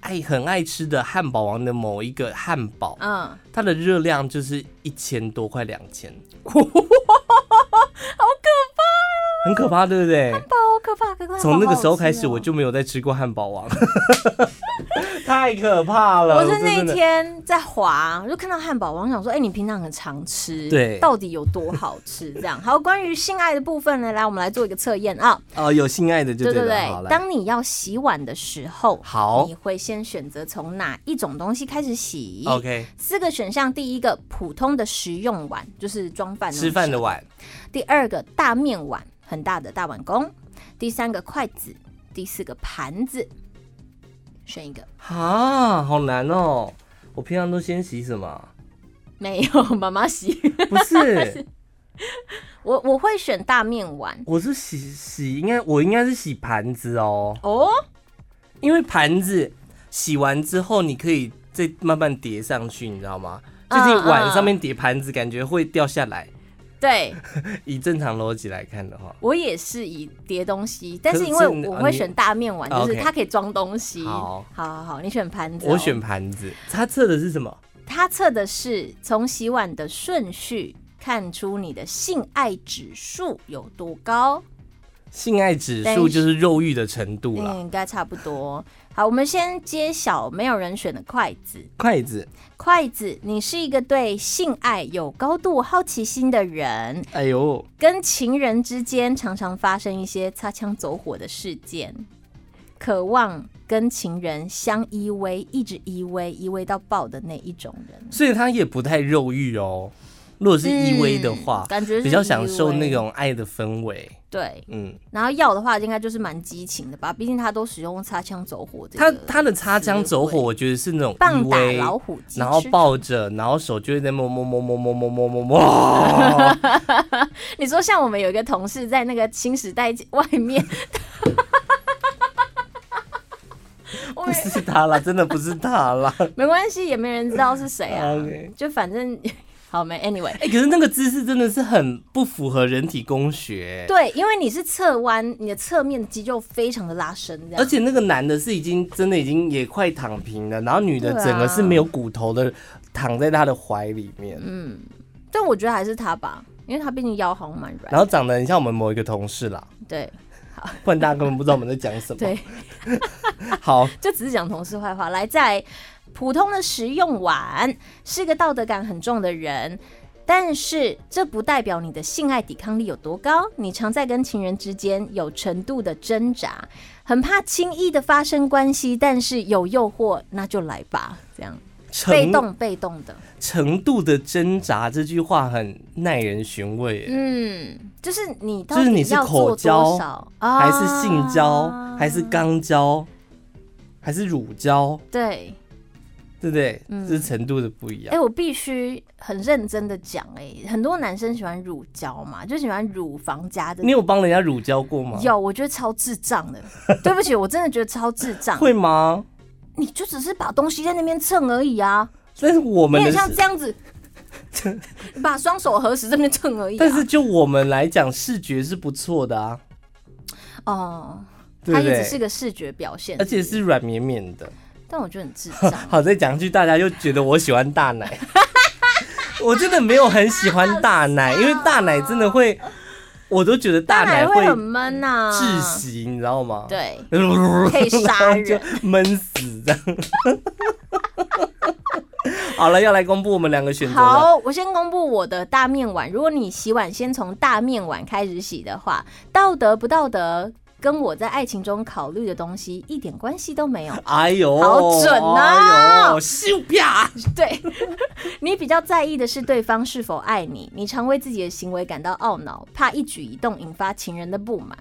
S1: 爱很爱吃的汉堡王的某一个汉堡，
S2: 嗯，
S1: 它的热量就是一千多，快两
S2: (laughs)
S1: 千，
S2: 好可
S1: 很可怕，对不对？
S2: 怕，好可怕，可怕。
S1: 从那个时候开
S2: 好好吃
S1: 始，
S2: 哦
S1: 我就没有再吃过汉堡王， (laughs) 太可怕了。
S2: 我是那
S1: 真的
S2: 天在滑，我就看到汉堡王，想说，哎、你平常很常吃，
S1: 对
S2: 到底有多好吃？这样。好，关于性爱的部分呢，来，我们来做一个测验啊，
S1: 哦，有心爱的就
S2: 对
S1: 对
S2: 对
S1: 了，好
S2: 对，
S1: 了，
S2: 当你要洗碗的时候，
S1: 好
S2: 你会先选择从哪一种东西开始洗
S1: ，OK，
S2: 四个选项，第一个普通的食用碗，就是装饭那
S1: 吃
S2: 种
S1: 饭的
S2: 小
S1: 碗。
S2: 第二个大面碗，很大的大碗公；第三个筷子，第四个盘子，选一个。
S1: 啊，好难哦！我平常都先洗什
S2: (laughs)
S1: 么？
S2: 没有，妈妈洗。
S1: 不是，
S2: (laughs) 我我会选大面碗
S1: 我是洗洗，应该我应该是洗盘子哦，
S2: 哦。
S1: 因为盘子洗完之后，你可以再慢慢叠上去，你知道吗？
S2: 嗯
S1: 就是你碗上面叠盘子，感觉会掉下来。
S2: 对
S1: 以正常逻辑来看的话，
S2: 我也是以叠东西，但
S1: 可
S2: 是
S1: 是
S2: 因为
S1: 是你
S2: 我
S1: 啊
S2: 会
S1: 你
S2: 选大面碗，
S1: 啊
S2: 就是
S1: OK
S2: 它可以装东西。
S1: 好
S2: 好好好你选盘子哦、
S1: 我选盘子。它测的是什么？
S2: 它测的是从洗碗的顺序看出你的性爱指数有多高。
S1: 性爱指
S2: 但
S1: 数
S2: 是
S1: 就是肉欲的程度啦。
S2: 嗯，应该差不多。好，我们先揭晓没有人选的筷子。
S1: 筷子，
S2: 筷子，你是一个对性爱有高度好奇心的人，
S1: 哎呦，
S2: 跟情人之间常常发生一些擦枪走火的事件，渴望跟情人相依偎，一直依偎，依偎到爆的那一种人。
S1: 所以他也不太肉欲哦。如果是依偎的
S2: 嗯
S1: 话，
S2: 感觉是
S1: 比较享受那
S2: 依偎
S1: 种爱的氛围。
S2: 对。
S1: 嗯，
S2: 然后要的话，应该就是蛮激情的吧，毕竟他都使用擦枪走火这
S1: 他
S2: 个。
S1: 他的擦枪走火，我觉得是那种依
S2: 棒打老
S1: 偎，
S2: 虎鸡，
S1: 然后
S2: 吃
S1: 抱着，然后手就会在摸摸摸摸摸摸摸摸摸。
S2: 你说像我们有一个同事在那个新时代外
S1: (laughs)
S2: 面，我
S1: 不
S2: 们
S1: 是他啦，真的不是他啦。
S2: 没关系，也没人知道是谁
S1: (laughs)
S2: 啊
S1: OK
S2: 就反正 (laughs) 好没 anyway。
S1: 哎、可是那个姿势真的是很不符合人体工学。
S2: 对，因为你是侧弯，你的侧面的肌肉非常的拉伸，这样。
S1: 而且那个男的是已经真的已经也快躺平了，然后女的
S2: 对啊
S1: 整个是没有骨头的，躺在他的怀里面，
S2: 但我觉得还是他吧，因为他毕竟腰好像蛮软。
S1: 然后长得很像我们某一个同事啦，
S2: 对
S1: 不然大家根本不知道我们在讲什么。
S2: 对，
S1: 好，
S2: 就只是讲同事坏话。来，在普通的食用碗，是个道德感很重的人。但是这不代表你的性爱抵抗力有多高，你常在跟情人之间有程度的挣扎，很怕轻易的发生关系，但是有诱惑那就来吧，这样被
S1: 程
S2: 动被动的，
S1: 程度的挣扎这句话很耐人寻味耶，
S2: 嗯，就是你到
S1: 就是你
S2: 底
S1: 是
S2: 要
S1: 口
S2: 做
S1: 交
S2: 多少，
S1: 还是性交，
S2: 啊
S1: 还是肛交，还是乳交，
S2: 对，
S1: 对不对？
S2: 嗯
S1: 这是程度的不一
S2: 哎、
S1: 样。
S2: 我必须很认真的讲，哎，很多男生喜欢乳胶嘛，就喜欢乳房加的
S1: 你。有帮人家乳交过吗？
S2: 有，我觉得超智障
S1: (laughs)
S2: 的。对不起，我真的觉得超智障。
S1: 会吗？
S2: 你就只是把东西在那边蹭而已啊，
S1: 但是我
S2: 你
S1: 们的
S2: 很像
S1: 是
S2: 这样子，
S1: (laughs)
S2: 你把双手合十在那边蹭而已、啊。
S1: 但是就我们来讲，视觉是不错的啊，
S2: 哦，
S1: 对
S2: 它
S1: 不
S2: 也
S1: 对？
S2: 只是个视觉表现，
S1: 而且，是软绵绵的。
S2: 但我觉得很智
S1: (laughs)
S2: 障。
S1: 好，再讲一句，大家又觉得我喜欢大奶。 (laughs) 我真的没有很喜欢大
S2: (laughs)
S1: 奶，因为大奶真的会，我都觉得大
S2: 当
S1: 奶
S2: 然
S1: 会
S2: 会很闷呐、
S1: 窒息，你知道吗？， (laughs)
S2: 对，
S1: 可
S2: 可以杀人
S1: 就闷死这样。 (laughs) 好了，要来公布我们两个选择了。
S2: 好，我先公布我的大面碗。如果你洗碗先从大面碗开始洗的话，道德不道德，跟我在爱情中考虑的东西一点关系都没有。
S1: 哎呦，
S2: 好准啊
S1: 哎呦，秀啪！
S2: 对 (laughs) 你比较在意的是对方是否爱你，你常为自己的行为感到懊恼，怕一举一动引发情人的不满。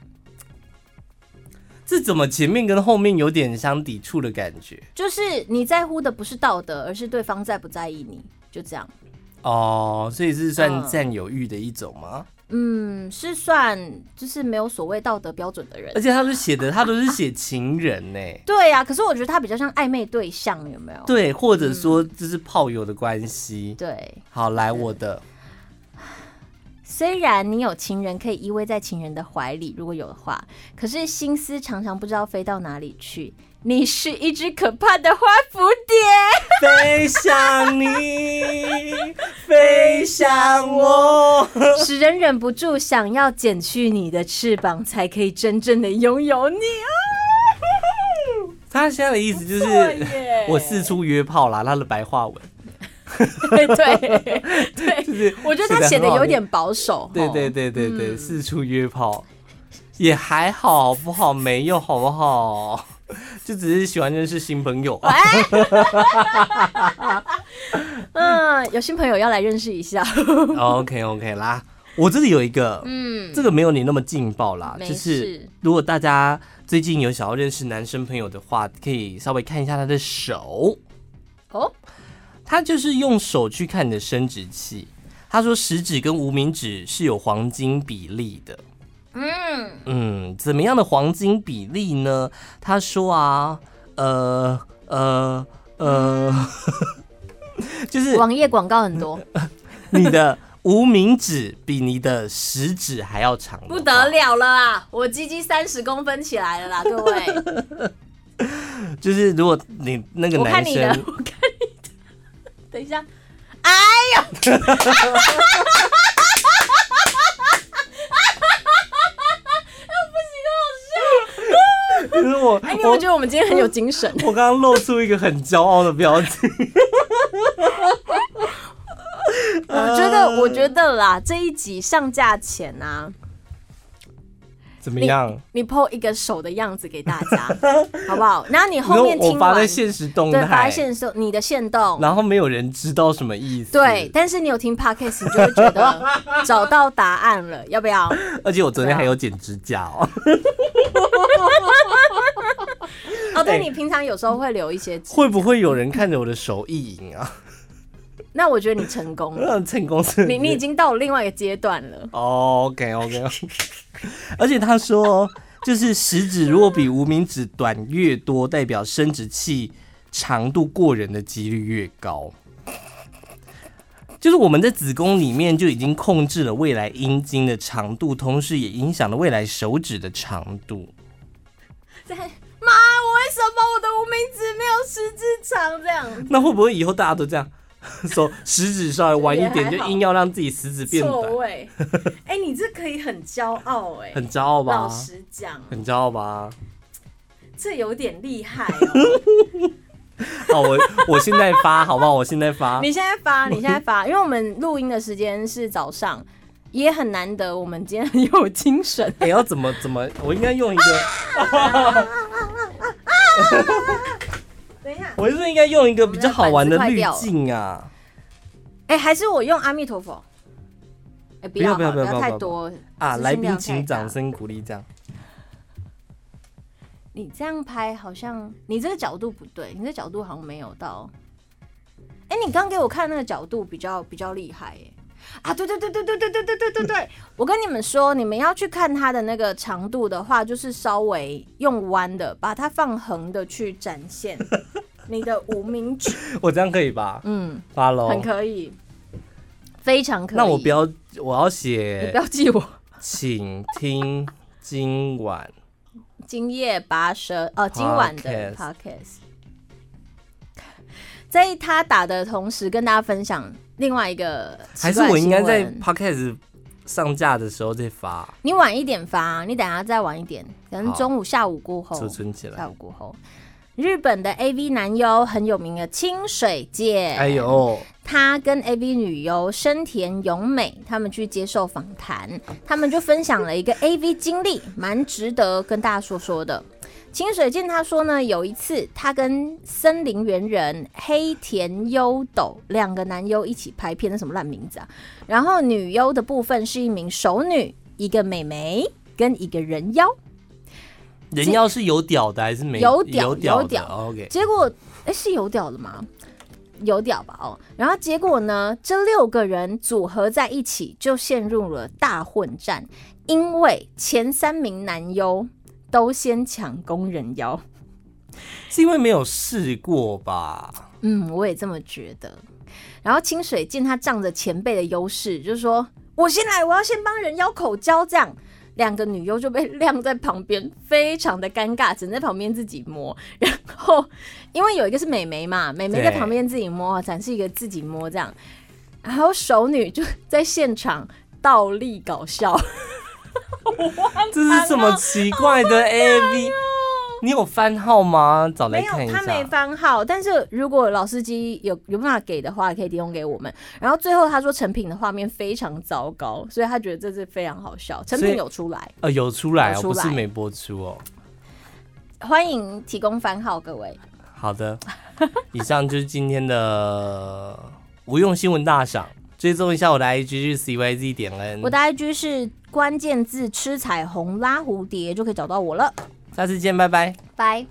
S1: 这怎么前面跟后面有点相抵触的感觉？
S2: 就是你在乎的不是道德，而是对方在不在意你，就这样。
S1: 哦，所以是算
S2: 嗯
S1: 占有欲的一种吗？
S2: 嗯，是算就是没有所谓道德标准的人
S1: 而。且他都写的，他都是写情人呢、
S2: 对啊呀、可是我觉得他比较像暧昧对象，有没有？
S1: 对，或者说
S2: 嗯
S1: 这是炮友的关系。
S2: 对，
S1: 好，来我的，
S2: 虽然你有情人可以依偎在情人的怀里，如果有的话，可是心思常常不知道飞到哪里去。你是一只可怕的花蝴
S1: (laughs)
S2: 蝶，
S1: 飞向你，飞向我。
S2: 使人忍不住想要剪去你的翅膀，才可以真正的拥有你啊！ (laughs)
S1: 他现在的意思就是
S2: 对耶，
S1: 我四处约炮啦，他的白话文。
S2: 对对，
S1: 就是
S2: 我觉得他写的有点嗯保守。
S1: 对
S2: 吼
S1: 对，对对对，四处约炮也还好，不好没有好不好？ (laughs) 就只是喜欢认识新朋友啊。
S2: 嗯，有新朋友要来认识一下。
S1: OK (laughs) OK 啦，我这里有一个，
S2: 嗯，
S1: 这个没有你那么劲爆啦，
S2: 没
S1: 就是
S2: 事
S1: 如果大家最近有想要认识男生朋友的话，可以稍微看一下他的手，
S2: 哦，
S1: 他就是用手去看你的生殖器。他说食指跟无名指是有黄金比例的，
S2: 嗯，
S1: 嗯，怎么样的黄金比例呢？他说啊，呃呃呃， (laughs) 就是
S2: 网页广告
S1: (laughs)
S2: 很多， (laughs)
S1: 你的无名指比你的食指还要长，
S2: 不得，了了啦！我鸡鸡三十公分起来了啦，各位。
S1: 就是如果你那个
S2: 我
S1: 男
S2: 看你的，
S1: 生 (laughs)
S2: 我看你的。 (laughs) 等一下，哎呦！啊不行，好笑
S1: 可是我
S3: 哎，你有没
S1: 我
S3: 有觉得我们今天很有精神？
S1: 我刚刚露出一个很骄傲的表情。
S2: (laughs) 我觉得，我觉得啦，这一集上架前啊，
S1: 怎么样？
S3: 你
S2: 你 PO 一个手的样子给大
S1: (laughs)
S2: 家，好不好？然后你后面
S1: 我
S2: 听
S1: 发
S2: 完
S1: 在，现实动
S2: 对，发
S1: 态
S2: 在，线动，你的线动，
S1: 然后没有人知道什么意思。
S2: 对。，但是你有听 podcast，你就会觉得
S1: (laughs)
S2: 找到答案了，要不要？
S1: 而且我昨天还有剪指甲哦。
S2: 啊哦，对，
S1: 哎
S2: 你平常有时候会留一些指，
S1: 会不会有人看着我的手意淫啊？ (laughs)
S2: 那我觉得你成功
S1: 我 (laughs)
S2: 了，
S1: 想趁公司，
S2: 你你已经到了另外一个阶段了。
S1: 哦，OK OK。而且他说，就是食指如果比无名指短越多，代表生殖器长度过人的几率越高。就是我们在子宫里面就已经控制了未来阴茎的长度，同时也影响了未来手指的长度。
S2: 在妈，我为什么我的无名指没有十指长这样？
S1: 那会不会以后大家都这样，手食指稍微弯一点，
S2: 也还
S1: 就
S2: 好
S1: 硬要让自己食指变短 (laughs)
S2: 错？位，哎、你这可以很骄傲哎、
S1: 很骄傲
S2: 老
S1: 吧？
S2: 实讲，
S1: 很骄傲吧？
S2: 这有点厉害
S1: (laughs)
S2: 哦。
S1: 好，哦我我现在发好不好？我现在发。
S2: 你现在
S1: (laughs)
S2: 发，你现在发，因为我们录音的时间是早上，也很难得，我们今天很有精神。
S1: 哎、要怎么怎么？我应该用一个，
S2: 等一下，
S1: 我是不是应该用一个比较好玩的滤镜啊？
S2: 哎、还是我用阿弥陀佛。哎、不
S1: 不要
S2: 好
S1: 不要
S2: 了
S1: 不要
S2: 太
S1: 不要
S2: 多
S1: 啊，
S2: 资讯
S1: 来宾
S2: 量太
S1: 请
S2: 大
S1: 掌声鼓励，这样
S2: 你这样拍好像你这个角度不对，你这角度好像没有到。哎、你刚给我看那个角度比较比较厉害耶、啊，对对对对对对对对对对对， (laughs) 我跟你们说，你们要去看它的那个长度的话，就是稍微用弯的，把它放横的去展
S1: (laughs)
S2: 现你的无名指，
S1: 我这样可以吧？
S2: 嗯，
S1: 发
S2: 很
S1: 喽。
S2: 可以，非常可以。
S1: 哦那我不
S2: 要，
S1: 要，我要
S2: 你
S1: 写
S2: 不，要记我。
S1: 请听今晚
S2: 今夜拔舌哦，今晚的
S1: Podcast
S2: podcast，在他打的同时，跟大家分享另外一个
S1: 还
S2: 奇怪的
S1: 是我应该在
S2: 新闻
S1: podcast 上架的时候再发，
S2: 你晚一点发，你等下再晚一点，可能
S1: 好
S2: 中午、下午过后
S1: 储，存起
S2: 下
S1: 来
S2: 午。过后。日本的 AV 男优很有名的清水界，
S1: 哎呦，
S2: 他跟 AV 女优深田咏美他们去接受访谈，他们就分享了一个 AV 经历，蛮值得跟大家说说的。清水健他说呢，有一次他跟森林猿人黑田优斗两个男优一起拍片，那什么烂名字啊？然后女优的部分是一名熟女，一个美眉跟一个人妖。
S1: 人妖是有屌的还是没
S2: 有屌
S1: 有屌
S2: 有
S1: 的
S2: 屌
S1: ？OK，
S2: 结果，哎，是有屌的吗？有屌吧？哦，然后结果呢？这六个人组合在一起，就陷入了大混战，因为前三名男优都先抢攻人妖。
S1: 是因为没有试过吧？
S2: 嗯，我也这么觉得。然后清水见他仗着前辈的优势，就说：“我先来，我要先帮人妖口交。”这样，两个女优就被晾在旁边，非常的尴尬，只能在旁边自己摸。然后，因为有一个是美眉嘛， (laughs) 美眉在
S1: 对
S2: 旁边自己摸，展示一个自己摸这样。然后熟女就在现场倒立搞笑。
S1: 这是什么奇怪的 AV？你有番号吗？找来
S2: 没有
S1: 看，一
S2: 他没
S1: 下。
S2: 番号，但是如果老司机有有办法给的话，可以提供给我们。然后最后他说成品的画面非常糟糕，所以他觉得这次非常好笑。成
S1: 所
S2: 品
S1: 以
S2: 有出来，
S1: 呃，有出来
S2: 有
S1: 哦，
S2: 出
S1: 不
S2: 来
S1: 是没播出哦。
S2: 欢迎提供番号，各位。
S1: 好的， (laughs) 以上就是今天的无用新闻大赏。追踪一下我的 IG 是 CYZ 点 N，
S2: 我的 IG 是关键字“吃彩虹拉蝴蝶”就可以找到我了，
S1: 下次见，拜拜。
S2: 拜。